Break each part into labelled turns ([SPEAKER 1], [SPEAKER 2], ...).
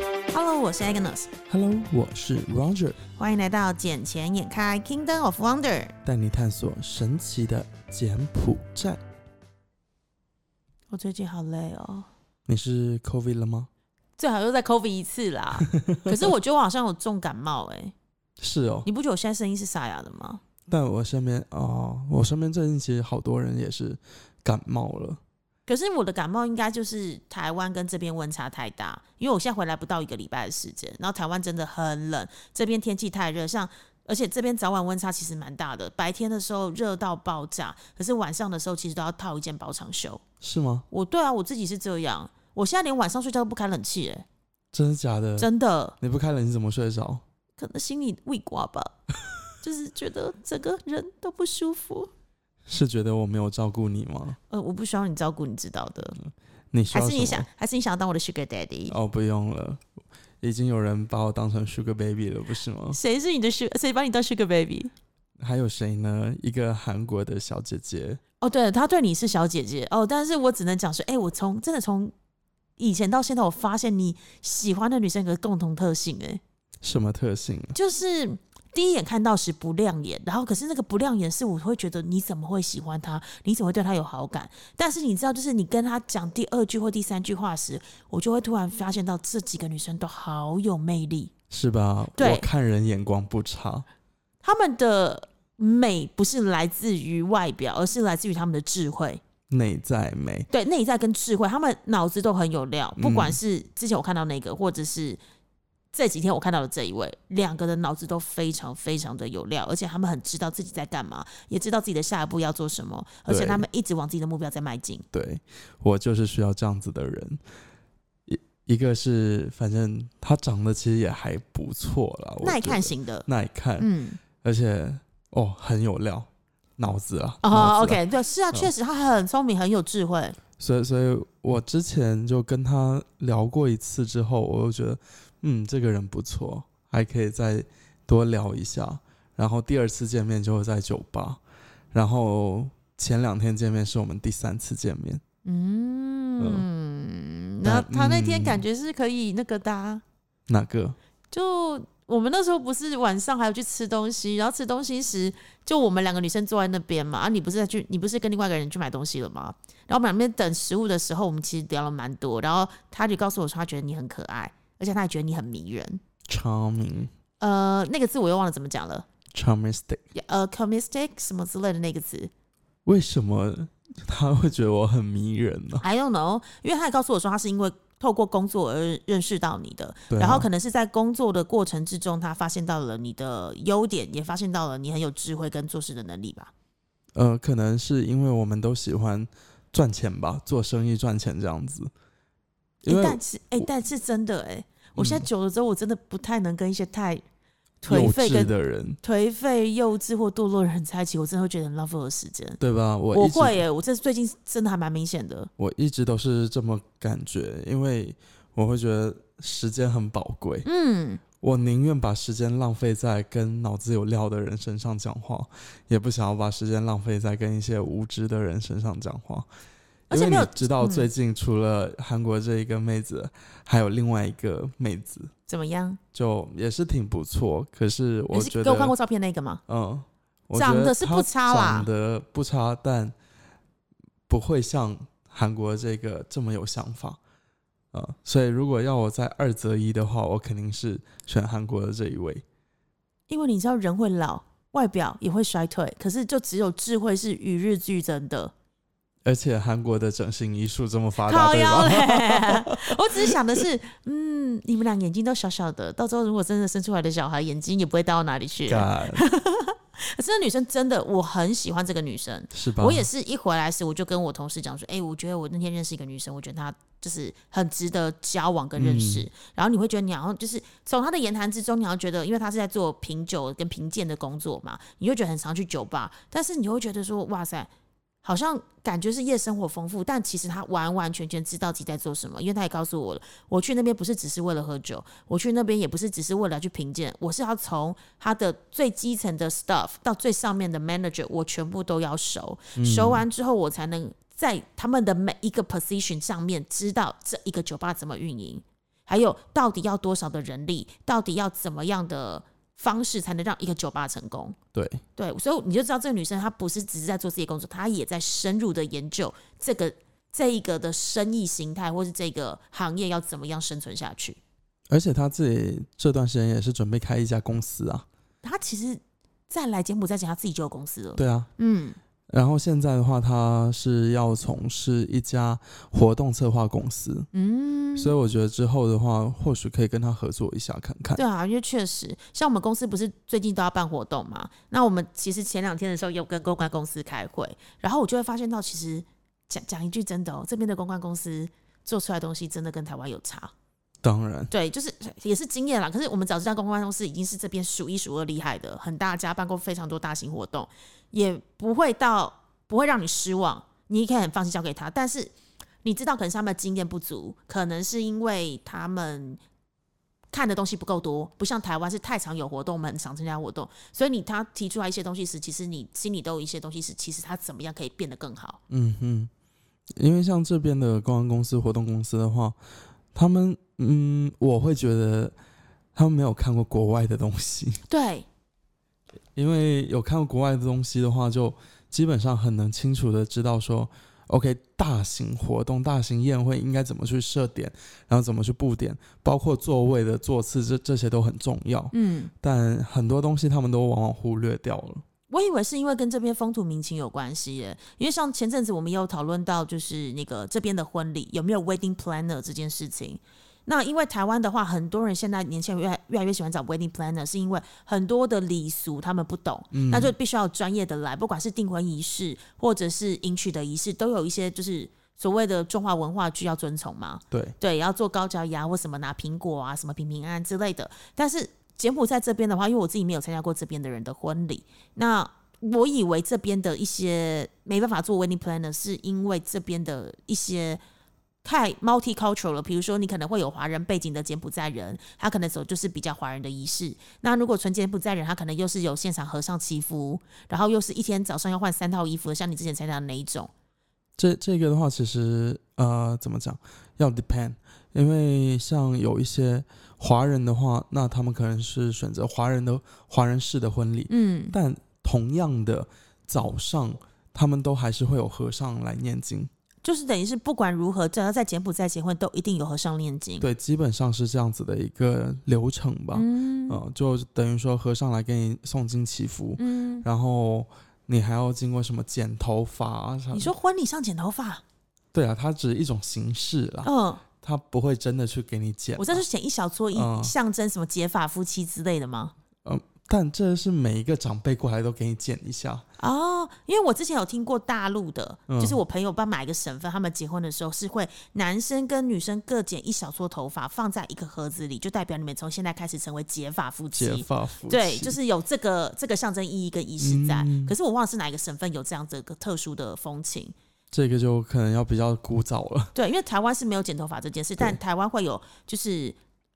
[SPEAKER 1] 我是 Agnes，
[SPEAKER 2] Hello，我是 Roger，
[SPEAKER 1] 欢迎来到《捡钱眼开 Kingdom of Wonder》。
[SPEAKER 2] 带你探索神奇的柬埔寨。
[SPEAKER 1] 我最近好累哦，
[SPEAKER 2] 你是 COVID 了吗？
[SPEAKER 1] 最好又再 COVID 一次 啦。可是我觉得我好像有重感冒哎、
[SPEAKER 2] 是哦，
[SPEAKER 1] 你不觉得我现在声音是沙哑的吗？
[SPEAKER 2] 但我身边哦，我身边最近其实好多人也是感冒了。
[SPEAKER 1] 可是我的感冒应该就是台湾跟这边温差太大，因为我现在回来不到一个礼拜的时间，然后台湾真的很冷，这边天气太热，像而且这边早晚温差其实蛮大的，白天的时候热到爆炸，可是晚上的时候其实都要套一件薄长袖。
[SPEAKER 2] 是吗？
[SPEAKER 1] 我对啊，我自己是这样，我现在连晚上睡觉都不开冷气、欸，
[SPEAKER 2] 真的假的？
[SPEAKER 1] 真的，
[SPEAKER 2] 你不开冷你怎么睡得着？
[SPEAKER 1] 可能心里胃瓜吧， 就是觉得整个人都不舒服。
[SPEAKER 2] 是觉得我没有照顾你吗？
[SPEAKER 1] 呃，我不需要你照顾，你知道的，
[SPEAKER 2] 你嗯需
[SPEAKER 1] 还
[SPEAKER 2] 要
[SPEAKER 1] 是你
[SPEAKER 2] 什
[SPEAKER 1] 想
[SPEAKER 2] 么，
[SPEAKER 1] 还是你想要当我的 sugar daddy？
[SPEAKER 2] 哦，不用了，已经有人把我当成 Sugar Baby 了，不是吗？
[SPEAKER 1] 谁是你的 sugar？谁把你当 sugar baby？
[SPEAKER 2] 还有谁呢？一个韩国的小姐姐，
[SPEAKER 1] 哦，对，他对你是小姐姐哦，但是我只能讲说，哎、我从真的从以前到现在，我发现你喜欢的女生有个共同特性、哎，
[SPEAKER 2] 什么特性啊？
[SPEAKER 1] 就是第一眼看到时不亮眼，然后可是那个不亮眼是我会觉得你怎么会喜欢他，你怎么会对他有好感？但是你知道，就是你跟他讲第二句或第三句话时，我就会突然发现到这几个女生都好有魅力，
[SPEAKER 2] 是吧？
[SPEAKER 1] 对
[SPEAKER 2] 我看人眼光不差。
[SPEAKER 1] 她们的美不是来自于外表，而是来自于她们的智慧。
[SPEAKER 2] 内在美，
[SPEAKER 1] 对内在跟智慧，他们脑子都很有料。
[SPEAKER 2] 嗯
[SPEAKER 1] 不管是之前我看到那个，或者是这几天我看到的这一位，两个人脑子都非常非常的有料，而且他们很知道自己在干嘛，也知道自己的下一步要做什么，而且
[SPEAKER 2] 对
[SPEAKER 1] 他们一直往自己的目标在迈进。
[SPEAKER 2] 对我就是需要这样子的人。一一个是，反正他长得其实也还不错啦，我
[SPEAKER 1] 耐
[SPEAKER 2] 觉
[SPEAKER 1] 看
[SPEAKER 2] 得，
[SPEAKER 1] 型的，
[SPEAKER 2] 耐看，
[SPEAKER 1] 嗯，
[SPEAKER 2] 而且哦很有料，脑子啊，
[SPEAKER 1] 哦
[SPEAKER 2] 脑子啊
[SPEAKER 1] ，OK，对，是啊，确实他很聪明，很有智慧。
[SPEAKER 2] 所以所以我之前就跟他聊过一次之后，我就觉得，嗯，这个人不错，还可以再多聊一下。然后第二次见面就是在酒吧，然后前两天见面是我们第三次见面。嗯
[SPEAKER 1] 嗯，然后他
[SPEAKER 2] 但
[SPEAKER 1] 那天
[SPEAKER 2] 嗯
[SPEAKER 1] 感觉是可以那个的啊、
[SPEAKER 2] 哪个？
[SPEAKER 1] 就我们那时候不是晚上还要去吃东西，然后吃东西时就我们两个女生坐在那边嘛，啊，你不是在去，你不是跟另外一个人去买东西了吗？然后我们两边等食物的时候，我们其实聊了蛮多，然后他就告诉我说他觉得你很可爱，而且他也觉得你很迷人。
[SPEAKER 2] charming
[SPEAKER 1] 呃，那个字我又忘了怎么讲了，
[SPEAKER 2] charming stick。
[SPEAKER 1] 呃，comistic 什么之类的那个字
[SPEAKER 2] 为什么他会觉得我很迷人 呢、
[SPEAKER 1] ，I don't know，因为他也告诉我说他是因为透过工作而认识到你的，
[SPEAKER 2] 对啊、
[SPEAKER 1] 然后可能是在工作的过程之中，他发现到了你的优点，也发现到了你很有智慧跟做事的能力吧。
[SPEAKER 2] 呃，可能是因为我们都喜欢赚钱吧，做生意赚钱这样子。
[SPEAKER 1] 欸
[SPEAKER 2] 因为
[SPEAKER 1] 但是哎、
[SPEAKER 2] 我
[SPEAKER 1] 但是真的哎、我现在
[SPEAKER 2] 嗯
[SPEAKER 1] 久了之后，我真的不太能跟一些太
[SPEAKER 2] 幼
[SPEAKER 1] 颓废
[SPEAKER 2] 稚
[SPEAKER 1] 跟
[SPEAKER 2] 的人，
[SPEAKER 1] 颓废、幼稚或堕落的人在一起，我真的会觉得很浪费我的时间。
[SPEAKER 2] 对吧？我
[SPEAKER 1] 我
[SPEAKER 2] 一直
[SPEAKER 1] 会哎、我这最近真的还蛮明显的。
[SPEAKER 2] 我一直都是这么感觉，因为我会觉得时间很宝贵，
[SPEAKER 1] 嗯，
[SPEAKER 2] 我宁愿把时间浪费在跟脑子有料的人身上讲话，也不想要把时间浪费在跟一些无知的人身上讲话。
[SPEAKER 1] 而且没有
[SPEAKER 2] 因为你知道，
[SPEAKER 1] 嗯
[SPEAKER 2] 最近除了韩国这一个妹子，还有另外一个妹子，
[SPEAKER 1] 怎么样？
[SPEAKER 2] 就也是挺不错。可是我
[SPEAKER 1] 你
[SPEAKER 2] 觉
[SPEAKER 1] 是
[SPEAKER 2] 得，
[SPEAKER 1] 给我看过照片那个吗？
[SPEAKER 2] 嗯，我
[SPEAKER 1] 长
[SPEAKER 2] 觉
[SPEAKER 1] 得
[SPEAKER 2] 得
[SPEAKER 1] 是
[SPEAKER 2] 她
[SPEAKER 1] 不差啦
[SPEAKER 2] 长得不差，但不会像韩国这个这么有想法。呃，所以如果要我在二择一的话，我肯定是选韩国的这一位。
[SPEAKER 1] 因为你知道人会老，外表也会衰退，可是就只有智慧是与日俱增的。
[SPEAKER 2] 而且韩国的整形医术这么发达，
[SPEAKER 1] 靠
[SPEAKER 2] 啊对
[SPEAKER 1] 腰
[SPEAKER 2] 吧？
[SPEAKER 1] 嘞！我只是想的是，嗯，你们俩眼睛都小小的，到时候如果真的生出来的小孩，眼睛也不会大到哪里去。
[SPEAKER 2] 干
[SPEAKER 1] 可是那女生真的，我很喜欢这个女生。
[SPEAKER 2] 是吧？
[SPEAKER 1] 我也是一回来时，我就跟我同事讲说，哎、我觉得我那天认识一个女生，我觉得她就是很值得交往跟认识。
[SPEAKER 2] 嗯
[SPEAKER 1] 然后你会觉得你好像就是从她的言谈之中，你好像觉得，因为她是在做品酒跟品鉴的工作嘛，你会觉得很常去酒吧，但是你会觉得说，哇塞。好像感觉是夜生活丰富，但其实她完完全全知道自己在做什么，因为她也告诉我了，我去那边不是只是为了喝酒，我去那边也不是只是为了去评鉴，我是要从他的最基层的 staff 到最上面的 manager，我全部都要熟，熟完之后我才能在他们的每一个 position 上面知道这一个酒吧怎么运营。还有到底要多少的人力，到底要怎么样的方式才能让一个酒吧成功？
[SPEAKER 2] 对，
[SPEAKER 1] 对，所以你就知道这个女生她不是只是在做自己的工作，她也在深入的研究这个这一个的生意形态，或是这个行业要怎么样生存下去。
[SPEAKER 2] 而且他自己这段时间也是准备开一家公司啊，
[SPEAKER 1] 她其实再来柬埔寨前，她自己就有公司了。
[SPEAKER 2] 对啊。
[SPEAKER 1] 嗯，
[SPEAKER 2] 然后现在的话，他是要从事一家活动策划公司，
[SPEAKER 1] 嗯，
[SPEAKER 2] 所以我觉得之后的话，或许可以跟他合作一下看看。
[SPEAKER 1] 对啊，因为确实，像我们公司不是最近都要办活动嘛，那我们其实前两天的时候有跟公关公司开会，然后我就会发现到，其实讲讲一句真的哦，这边的公关公司做出来的东西真的跟台湾有差。
[SPEAKER 2] 当然，
[SPEAKER 1] 对，就是也是经验啦。可是我们早知道公关公司已经是这边数一数二厉害的，很大家办过非常多大型活动，也不会到不会让你失望，你也可以很放心交给他。但是你知道，可能是他们的经验不足，可能是因为他们看的东西不够多，不像台湾是太常有活动，我们很常参加活动，所以你他提出来一些东西时，其实你心里都有一些东西是，其实他怎么样可以变得更好。
[SPEAKER 2] 嗯哼，因为像这边的公关公司、活动公司的话，他们嗯，我会觉得他们没有看过国外的东西，
[SPEAKER 1] 对，
[SPEAKER 2] 因为有看过国外的东西的话，就基本上很能清楚的知道说，OK，大型活动、大型宴会应该怎么去设点，然后怎么去布点，包括座位的座次，这这些都很重要。
[SPEAKER 1] 嗯，
[SPEAKER 2] 但很多东西他们都往往忽略掉了。
[SPEAKER 1] 我以为是因为跟这边风土民情有关系耶，因为像前阵子我们也有讨论到，就是那个这边的婚礼有没有 wedding planner 这件事情。那因为台湾的话，很多人现在年轻人越来越来越喜欢找 wedding planner，是因为很多的礼俗他们不懂，
[SPEAKER 2] 嗯
[SPEAKER 1] 那就必须要有专业的来，不管是订婚仪式或者是迎娶的仪式，都有一些就是所谓的中华文化需要遵从嘛。
[SPEAKER 2] 对，
[SPEAKER 1] 对，要做高脚丫或什么拿苹果啊，什么平平安安之类的。但是柬埔寨这边的话，因为我自己没有参加过这边的人的婚礼，那我以为这边的一些没办法做 wedding planner，是因为这边的一些。太 multicultural 了，比如说你可能会有华人背景的柬埔寨人，他可能走就是比较华人的仪式。那如果纯柬埔寨人，他可能又是有现场和尚祈福，然后又是一天早上要换三套衣服的，像你之前参加的那一种。
[SPEAKER 2] 这这个的话，其实呃，怎么讲，要 depend，因为像有一些华人的话，那他们可能是选择华人的华人式的婚礼，
[SPEAKER 1] 嗯，
[SPEAKER 2] 但同样的早上，他们都还是会有和尚来念经。
[SPEAKER 1] 就是等于是不管如何，只要在柬埔寨结婚，都一定有和尚念经。
[SPEAKER 2] 对，基本上是这样子的一个流程吧。嗯、
[SPEAKER 1] 嗯
[SPEAKER 2] 就等于说和尚来给你诵经祈福，
[SPEAKER 1] 嗯，
[SPEAKER 2] 然后你还要经过什么剪头发啊啥的。
[SPEAKER 1] 你说婚礼上剪头发，
[SPEAKER 2] 对啊，它只是一种形式啦，
[SPEAKER 1] 嗯，
[SPEAKER 2] 它不会真的去给你剪啊。
[SPEAKER 1] 我这是剪一小撮一
[SPEAKER 2] 嗯
[SPEAKER 1] 象征什么结发夫妻之类的吗？
[SPEAKER 2] 但这是每一个长辈过来都给你剪一下，
[SPEAKER 1] 哦，因为我之前有听过大陆的，
[SPEAKER 2] 嗯
[SPEAKER 1] 就是我朋友帮买一个省份，他们结婚的时候是会男生跟女生各剪一小撮头发，放在一个盒子里，就代表你们从现在开始成为结发夫
[SPEAKER 2] 结
[SPEAKER 1] 妻。
[SPEAKER 2] 发夫妻。
[SPEAKER 1] 对，就是有这个这个象征意义跟仪式在。
[SPEAKER 2] 嗯
[SPEAKER 1] 可是我忘了是哪一个省份有这样的一个特殊的风情。
[SPEAKER 2] 这个就可能要比较古早了。
[SPEAKER 1] 对，因为台湾是没有剪头发这件事，
[SPEAKER 2] 对
[SPEAKER 1] 但台湾会有就是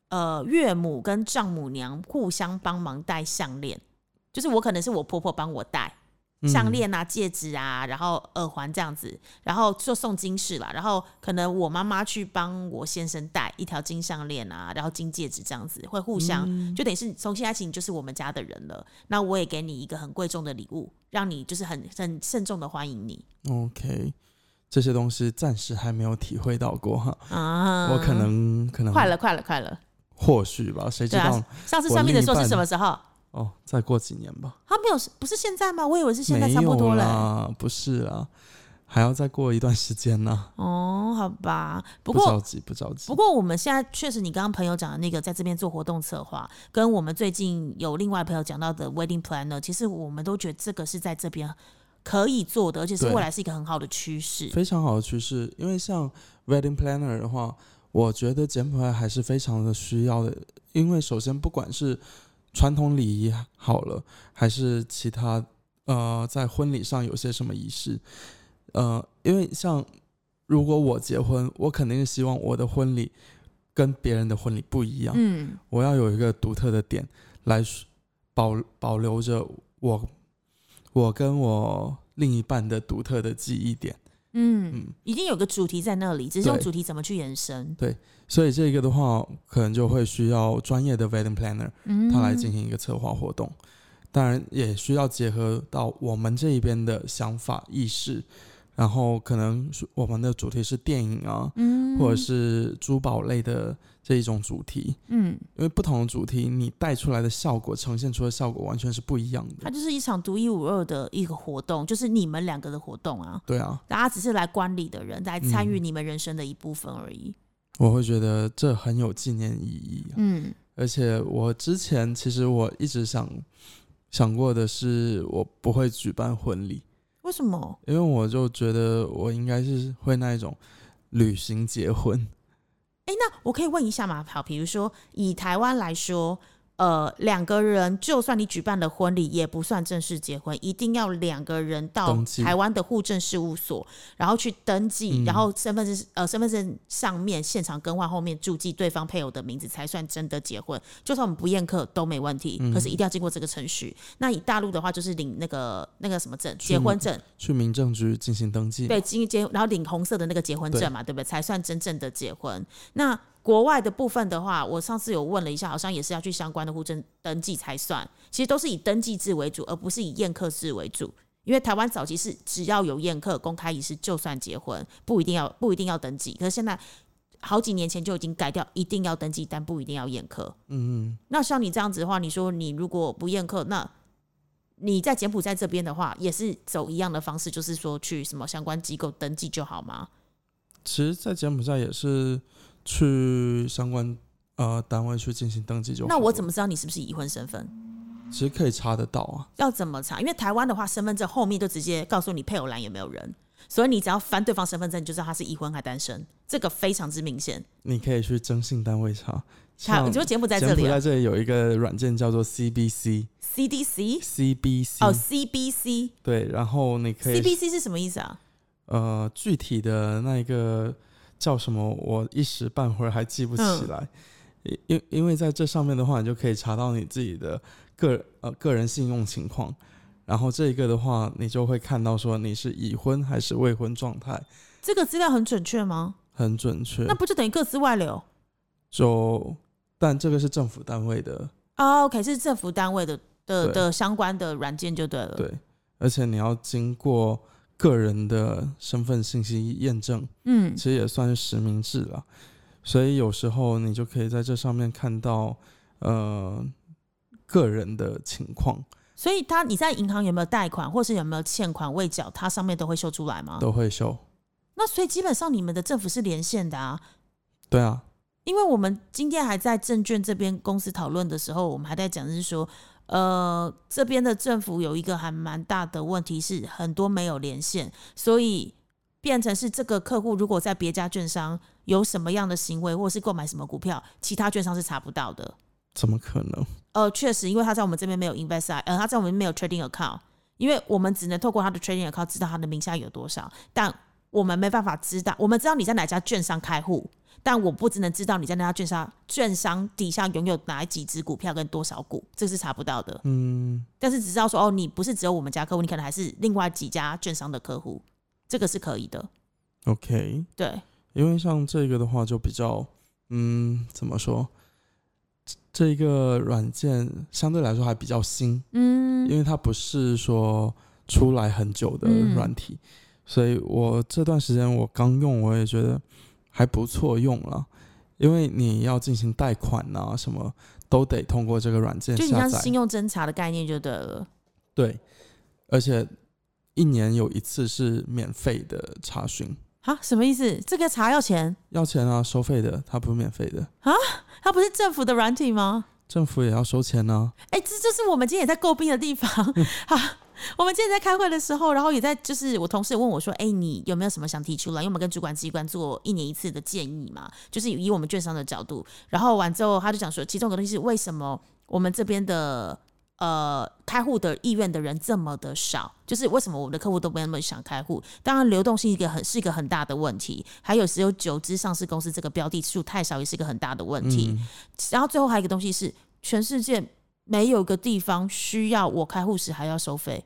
[SPEAKER 1] 呃岳母跟丈母娘互相帮忙戴项链，就是我可能是我婆婆帮我戴
[SPEAKER 2] 嗯
[SPEAKER 1] 项、链啊、戒指啊，然后耳环这样子，然后就送金饰啦，然后可能我妈妈去帮我先生戴一条金项链啊，然后金戒指这样子，会互相、
[SPEAKER 2] 嗯
[SPEAKER 1] 就等于是从现在起你就是我们家的人了，那我也给你一个很贵重的礼物，让你就是很很慎重的欢迎你
[SPEAKER 2] OK，这些东西暂时还没有体会到过哈。
[SPEAKER 1] 啊，
[SPEAKER 2] 我可能可能
[SPEAKER 1] 快了，快了，快了。
[SPEAKER 2] 或许吧，谁知
[SPEAKER 1] 对
[SPEAKER 2] 道、
[SPEAKER 1] 啊，上次
[SPEAKER 2] 我
[SPEAKER 1] 算命的
[SPEAKER 2] 另一
[SPEAKER 1] 时候是
[SPEAKER 2] 半
[SPEAKER 1] 什么时候？
[SPEAKER 2] 哦？再过几年吧，
[SPEAKER 1] 他没有，不是现在吗？我以为是现在
[SPEAKER 2] 没
[SPEAKER 1] 差不多
[SPEAKER 2] 有
[SPEAKER 1] 了、
[SPEAKER 2] 啦，不是啦，还要再过一段时间呢。
[SPEAKER 1] 哦，好吧。不
[SPEAKER 2] 不
[SPEAKER 1] 过
[SPEAKER 2] 着急，不着急
[SPEAKER 1] 不。过我们现在确实，你刚刚朋友讲的那个在这边做活动策划，跟我们最近有另外朋友讲到的 wedding planner，其实我们都觉得这个是在这边可以做的，而且是
[SPEAKER 2] 对
[SPEAKER 1] 未来是一个很好的趋势。
[SPEAKER 2] 非常好的趋势，因为像 wedding planner 的话，我觉得柬埔寨还是非常的需要的，因为首先不管是传统礼仪好了，还是其他呃在婚礼上有些什么仪式，呃，因为像如果我结婚，我肯定是希望我的婚礼跟别人的婚礼不一样，
[SPEAKER 1] 嗯，
[SPEAKER 2] 我要有一个独特的点来保保留着我我跟我另一半的独特的记忆点。
[SPEAKER 1] 嗯，
[SPEAKER 2] 嗯，
[SPEAKER 1] 已经有个主题在那里，只是用
[SPEAKER 2] 对
[SPEAKER 1] 主题怎么去延伸，
[SPEAKER 2] 所以这个的话，可能就会需要专业的 wedding planner
[SPEAKER 1] 嗯，
[SPEAKER 2] 他来进行一个策划活动，当然也需要结合到我们这一边的想法意识，然后可能是我们的主题是电影啊，
[SPEAKER 1] 嗯，
[SPEAKER 2] 或者是珠宝类的这一种主题，
[SPEAKER 1] 嗯，
[SPEAKER 2] 因为不同的主题你带出来的效果，呈现出的效果完全是不一样
[SPEAKER 1] 它
[SPEAKER 2] 的。
[SPEAKER 1] 就是一场独一无二的一个活动，就是你们两个的活动啊，
[SPEAKER 2] 对啊，
[SPEAKER 1] 大家只是来观礼的人，来参与
[SPEAKER 2] 嗯
[SPEAKER 1] 你们人生的一部分而已。
[SPEAKER 2] 我会觉得这很有纪念意义啊、
[SPEAKER 1] 嗯
[SPEAKER 2] 而且我之前其实我一直想想过的是，我不会举办婚礼，
[SPEAKER 1] 为什么？
[SPEAKER 2] 因为我就觉得我应该是会那一种旅行结婚。
[SPEAKER 1] 哎、那我可以问一下嘛？好，比如说以台湾来说，呃，两个人就算你举办了婚礼，也不算正式结婚，一定要两个人到
[SPEAKER 2] 登记
[SPEAKER 1] 台湾的户政事务所，然后去登记，
[SPEAKER 2] 嗯
[SPEAKER 1] 然后身份证呃身份证上面现场更换，后面注记对方配偶的名字才算真的结婚。就算我们不宴客都没问题，
[SPEAKER 2] 嗯
[SPEAKER 1] 可是一定要经过这个程序。那以大陆的话，就是领那个那个什么证，结
[SPEAKER 2] 是
[SPEAKER 1] 婚证。
[SPEAKER 2] 去民政局进行登记，
[SPEAKER 1] 对，经结然后领红色的那个结婚
[SPEAKER 2] 对
[SPEAKER 1] 证嘛，对不对？才算真正的结婚。那国外的部分的话，我上次有问了一下，好像也是要去相关的户政登记才算。其实都是以登记制为主，而不是以宴客制为主。因为台湾早期是只要有宴客、公开仪式就算结婚，不一定要不一定要登记。可是现在好几年前就已经改掉，一定要登记，但不一定要宴客。
[SPEAKER 2] 嗯，
[SPEAKER 1] 那像你这样子的话，你说你如果不宴客，那你在柬埔寨这边的话，也是走一样的方式，就是说去什么相关机构登记就好吗？
[SPEAKER 2] 其实，在柬埔寨也是去相关呃单位去进行登记就好了。
[SPEAKER 1] 那我怎么知道你是不是已婚身份？
[SPEAKER 2] 其实可以查得到啊？
[SPEAKER 1] 要怎么查？因为台湾的话，身份证后面就直接告诉你配偶栏有没有人，所以你只要翻对方身份证，你就知道他是已婚还单身，这个非常之明显。
[SPEAKER 2] 你可以去征信单位查。
[SPEAKER 1] 他，
[SPEAKER 2] 像
[SPEAKER 1] 我觉得柬埔寨这
[SPEAKER 2] 柬
[SPEAKER 1] 里
[SPEAKER 2] 埔
[SPEAKER 1] 啊
[SPEAKER 2] 寨这里有一个软件叫做 CBC
[SPEAKER 1] ，CDC
[SPEAKER 2] CBC
[SPEAKER 1] 哦，CBC，CBC
[SPEAKER 2] 对，然后你可以
[SPEAKER 1] 是什么意思啊？
[SPEAKER 2] 呃具体的那一个叫什么，我一时半会儿还记不起
[SPEAKER 1] 嗯
[SPEAKER 2] 来。因因因为在这上面的话，你就可以查到你自己的个呃个人信用情况，然后这一个的话，你就会看到说你是已婚还是未婚状态，
[SPEAKER 1] 这个资料很准确吗？
[SPEAKER 2] 很准确
[SPEAKER 1] 那。不就等于各自外流？
[SPEAKER 2] 就但这个是政府单位的，
[SPEAKER 1] 哦，OK，是政府单位的的
[SPEAKER 2] 对
[SPEAKER 1] 的相关的软件就对了。，
[SPEAKER 2] 对，而且你要经过个人的身份信息验证，
[SPEAKER 1] 嗯
[SPEAKER 2] 其实也算是实名制了。所以有时候你就可以在这上面看到，呃，个人的情况
[SPEAKER 1] 所以他你在银行有没有贷款，或是有没有欠款未缴，它上面都会秀出来吗？
[SPEAKER 2] 都会秀。
[SPEAKER 1] 那所以基本上你们的政府是连线的啊，
[SPEAKER 2] 对啊，
[SPEAKER 1] 因为我们今天还在证券这边公司讨论的时候，我们还在讲是说，呃，这边的政府有一个还蛮大的问题是很多没有连线，所以变成是这个客户如果在别家券商有什么样的行为，或是购买什么股票，其他券商是查不到的。
[SPEAKER 2] 怎么可能？
[SPEAKER 1] 呃，确实，因为他在我们这边没有 invest，I- 呃，他在我们没有 trading account，因为我们只能透过他的 trading account 知道他的名下有多少，但我们没办法知道，我们知道你在哪家券商开户，但我不只能知道你在那家券商券商底下拥有哪几只股票跟多少股，这是查不到的。
[SPEAKER 2] 嗯，
[SPEAKER 1] 但是只知道说，哦，你不是只有我们家客户，你可能还是另外几家券商的客户，这个是可以的。
[SPEAKER 2] OK，
[SPEAKER 1] 对，
[SPEAKER 2] 因为像这个的话就比较，嗯，怎么说？这这个软件相对来说还比较新，
[SPEAKER 1] 嗯
[SPEAKER 2] 因为它不是说出来很久的
[SPEAKER 1] 嗯
[SPEAKER 2] 软体，所以我这段时间我刚用，我也觉得还不错用了。因为你要进行贷款啊，什么都得通过这个软件
[SPEAKER 1] 就你
[SPEAKER 2] 下
[SPEAKER 1] 像是信
[SPEAKER 2] 载。
[SPEAKER 1] 用侦查的概念就对了。
[SPEAKER 2] 对，而且一年有一次是免费的查询，
[SPEAKER 1] 啊，什么意思？这个查要钱？
[SPEAKER 2] 要钱啊，收费的，它不是免费的，
[SPEAKER 1] 它不是政府的软体吗？
[SPEAKER 2] 政府也要收钱啊。
[SPEAKER 1] 哎、这就是我们今天也在诟病的地方啊。我们今天在开会的时候，然后也在就是我同事问我说：“哎、你有没有什么想提出来？”因为我们跟主管机关做一年一次的建议嘛，就是以我们券商的角度。然后完之后，他就讲说，其中一个东西是为什么我们这边的呃开户的意愿的人这么的少，就是为什么我们的客户都没那么想开户？当然，流动性一个很是一个很大的问题，还有只有九只上市公司这个标的数太少也是一个很大的问题。
[SPEAKER 2] 嗯，
[SPEAKER 1] 然后最后还有一个东西是，全世界没有个地方 需要我开户时还要收费，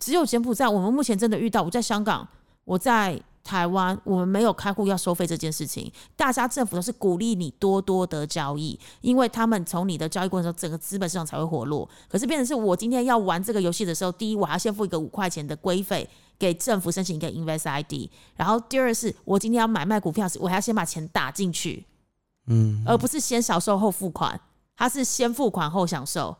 [SPEAKER 1] 只有柬埔寨。我们目前真的遇到，我在香港，我在台湾，我们没有开户要收费这件事情，大家政府都是鼓励你多多的交易，因为他们从你的交易过程中，整个资本市场才会活络。可是变成是我今天要玩这个游戏的时候，第一我还要先付一个五块钱的规费。给政府申请一个 Invest ID，然后第二是我今天要买卖股票时，我还要先把钱打进去，
[SPEAKER 2] 嗯，
[SPEAKER 1] 而不是先享受后付款，它是先付款后享受，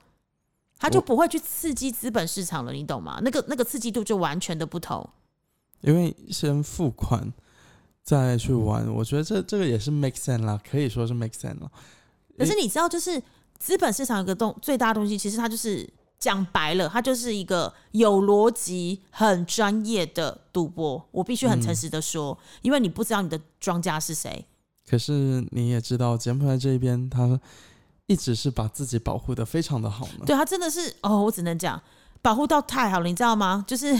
[SPEAKER 1] 它就
[SPEAKER 2] 我
[SPEAKER 1] 不会去刺激资本市场了，你懂吗？那个那个刺激度就完全的不同。
[SPEAKER 2] 因为先付款再去玩，
[SPEAKER 1] 嗯
[SPEAKER 2] 我觉得这这个也是 make sense 啦，可以说是 make sense 啦。
[SPEAKER 1] 可是你知道，就是资本市场有个东最大的东西，其实它就是讲白了，它就是一个有逻辑、很专业的赌博。我必须很诚实的说，因为你不知道你的庄家是谁，
[SPEAKER 2] 可是你也知道，柬埔寨这边他一直是把自己保护的非常的好呢。
[SPEAKER 1] 对他真的是哦，我只能讲保护到太好了，你知道吗？就是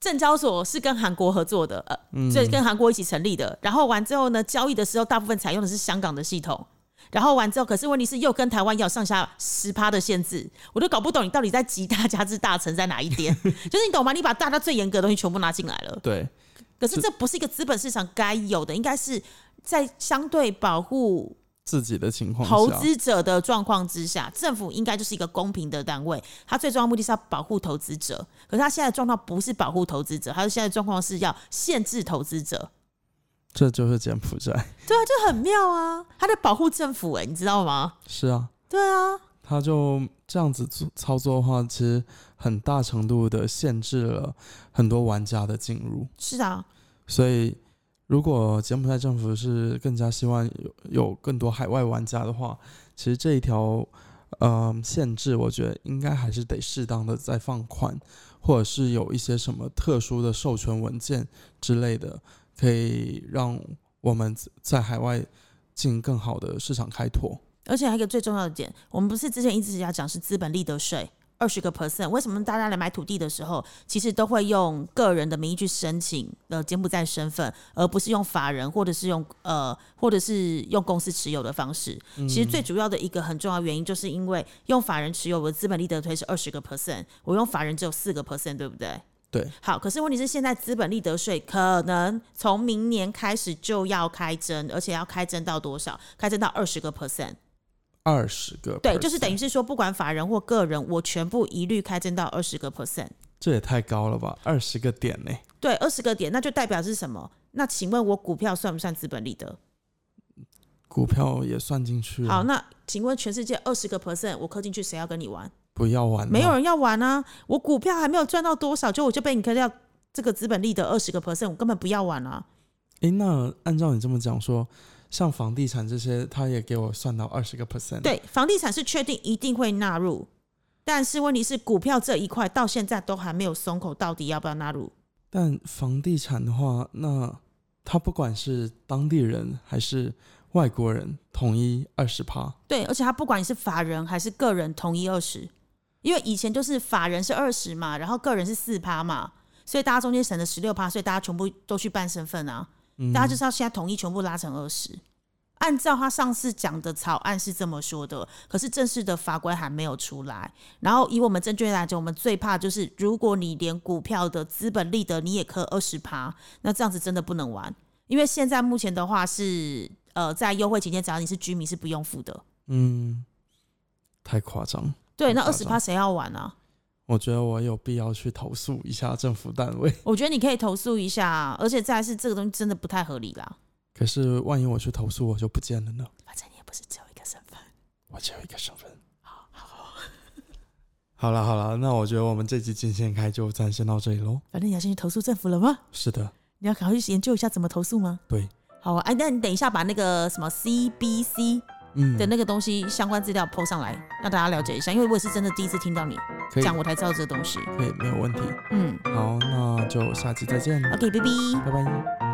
[SPEAKER 1] 证交所是跟韩国合作的，呃，
[SPEAKER 2] 嗯，
[SPEAKER 1] 所以跟韩国一起成立的。然后完之后呢，交易的时候大部分采用的是香港的系统。然后完之后，可是问题是又跟台湾要上下十趴的限制，我都搞不懂你到底在集大家之大成在哪一点？ 就是你懂吗？你把大家最严格的东西全部拿进来了，
[SPEAKER 2] 对，
[SPEAKER 1] 可是
[SPEAKER 2] 是
[SPEAKER 1] 这不是一个资本市场该有的，应该是在相对保护
[SPEAKER 2] 自己的情况
[SPEAKER 1] 投
[SPEAKER 2] 下，
[SPEAKER 1] 资者的状况之下，政府应该就是一个公平的单位，它最重要的目的是要保护投资者。可是它现在的状况不是保护投资者，它现在的状况是要限制投资者，
[SPEAKER 2] 这就是柬埔寨。
[SPEAKER 1] 对啊，就很妙啊！它在保护政府、欸，哎，你知道吗？
[SPEAKER 2] 是啊，
[SPEAKER 1] 对啊，
[SPEAKER 2] 他就这样子做操作的话，其实很大程度的限制了很多玩家的进入。
[SPEAKER 1] 是啊，
[SPEAKER 2] 所以，如果柬埔寨政府是更加希望有有更多海外玩家的话，其实这一条呃限制，我觉得应该还是得适当的再放宽，或者是有一些什么特殊的授权文件之类的，可以让我们在海外进更好的市场开拓。
[SPEAKER 1] 而且还有一个最重要的点，我们不是之前一直要讲是资本利得税。二十个 percent，为什么大家来买土地的时候，其实都会用个人的名义去申请呃柬埔寨身份，而不是用法人或者是用呃或者是用公司持有的方式？其
[SPEAKER 2] 嗯
[SPEAKER 1] 实最主要的一个很重要原因，就是因为用法人持有，我的资本利得税是二十个 percent，我用法人只有四个 percent，对不对？
[SPEAKER 2] 对，
[SPEAKER 1] 好，可是问题是现在资本利得税可能从明年开始就要开征，而且要开征到多少？开征到二十个 percent。
[SPEAKER 2] 二十个
[SPEAKER 1] 对，就是等于
[SPEAKER 2] percent
[SPEAKER 1] 是说，不管法人或个人，我全部一律开征到二十个 percent。
[SPEAKER 2] 这也太高了吧，二十个点呢、
[SPEAKER 1] 对，二十个点，那就代表是什么？那请问我股票算不算资本利得？
[SPEAKER 2] 股票也算进去了，
[SPEAKER 1] 好，那请问全世界二十个 percent 我扣进去，谁要跟你玩？
[SPEAKER 2] 不要玩了，
[SPEAKER 1] 没有人要玩啊！我股票还没有赚到多少，就我就被你扣掉这个资本利得二十个 percent，我根本不要玩啊！
[SPEAKER 2] 诶，那按照你这么讲说，像房地产这些，他也给我算到二十个 percent。，
[SPEAKER 1] 对，房地产是确定一定会纳入，但是问题是股票这一块到现在都还没有松口，到底要不要纳入？
[SPEAKER 2] 但房地产的话，那他不管是当地人还是外国人，统一二十趴。
[SPEAKER 1] 对，而且他不管你是法人还是个人，统一二十，因为以前就是法人是二十嘛，然后个人是四趴嘛，所以大家中间省了十六趴，所以大家全部都去办身份啊，
[SPEAKER 2] 嗯
[SPEAKER 1] 大家就是要现在统一全部拉成二十。按照他上次讲的草案是这么说的，可是正式的法规还没有出来。然后以我们证券来讲，我们最怕就是如果你连股票的资本利得你也扣二十趴，那这样子真的不能玩，因为现在目前的话是呃在优惠期间，只要你是居民是不用付的。
[SPEAKER 2] 嗯，太夸张，
[SPEAKER 1] 对，那二
[SPEAKER 2] 很
[SPEAKER 1] 十
[SPEAKER 2] 夸
[SPEAKER 1] 趴
[SPEAKER 2] 张
[SPEAKER 1] 谁要玩啊？
[SPEAKER 2] 我觉得我有必要去投诉一下政府单位。
[SPEAKER 1] 我觉得你可以投诉一下，而且再来是这个东西真的不太合理啦。
[SPEAKER 2] 可是万一我去投诉，我就不见了呢？
[SPEAKER 1] 反正你也不是只有一个身份。
[SPEAKER 2] 我只有一个身份。好了好了，那我觉得我们这集金线开就暂先到这里喽。
[SPEAKER 1] 反正你要先去投诉政府了吗？
[SPEAKER 2] 是的，
[SPEAKER 1] 你要赶快去研究一下怎么投诉吗？
[SPEAKER 2] 对，
[SPEAKER 1] 好啊，哎，那你等一下把那个什么 CBC
[SPEAKER 2] 嗯，
[SPEAKER 1] 的那个东西相关资料 PO 上来，让大家了解一下，因为我也是真的第一次听到你
[SPEAKER 2] 可以
[SPEAKER 1] 讲，我才知道这个东西。
[SPEAKER 2] 可以，没有问题。
[SPEAKER 1] 嗯
[SPEAKER 2] 好，那就下期再见，
[SPEAKER 1] ，OK，baby。
[SPEAKER 2] 拜拜。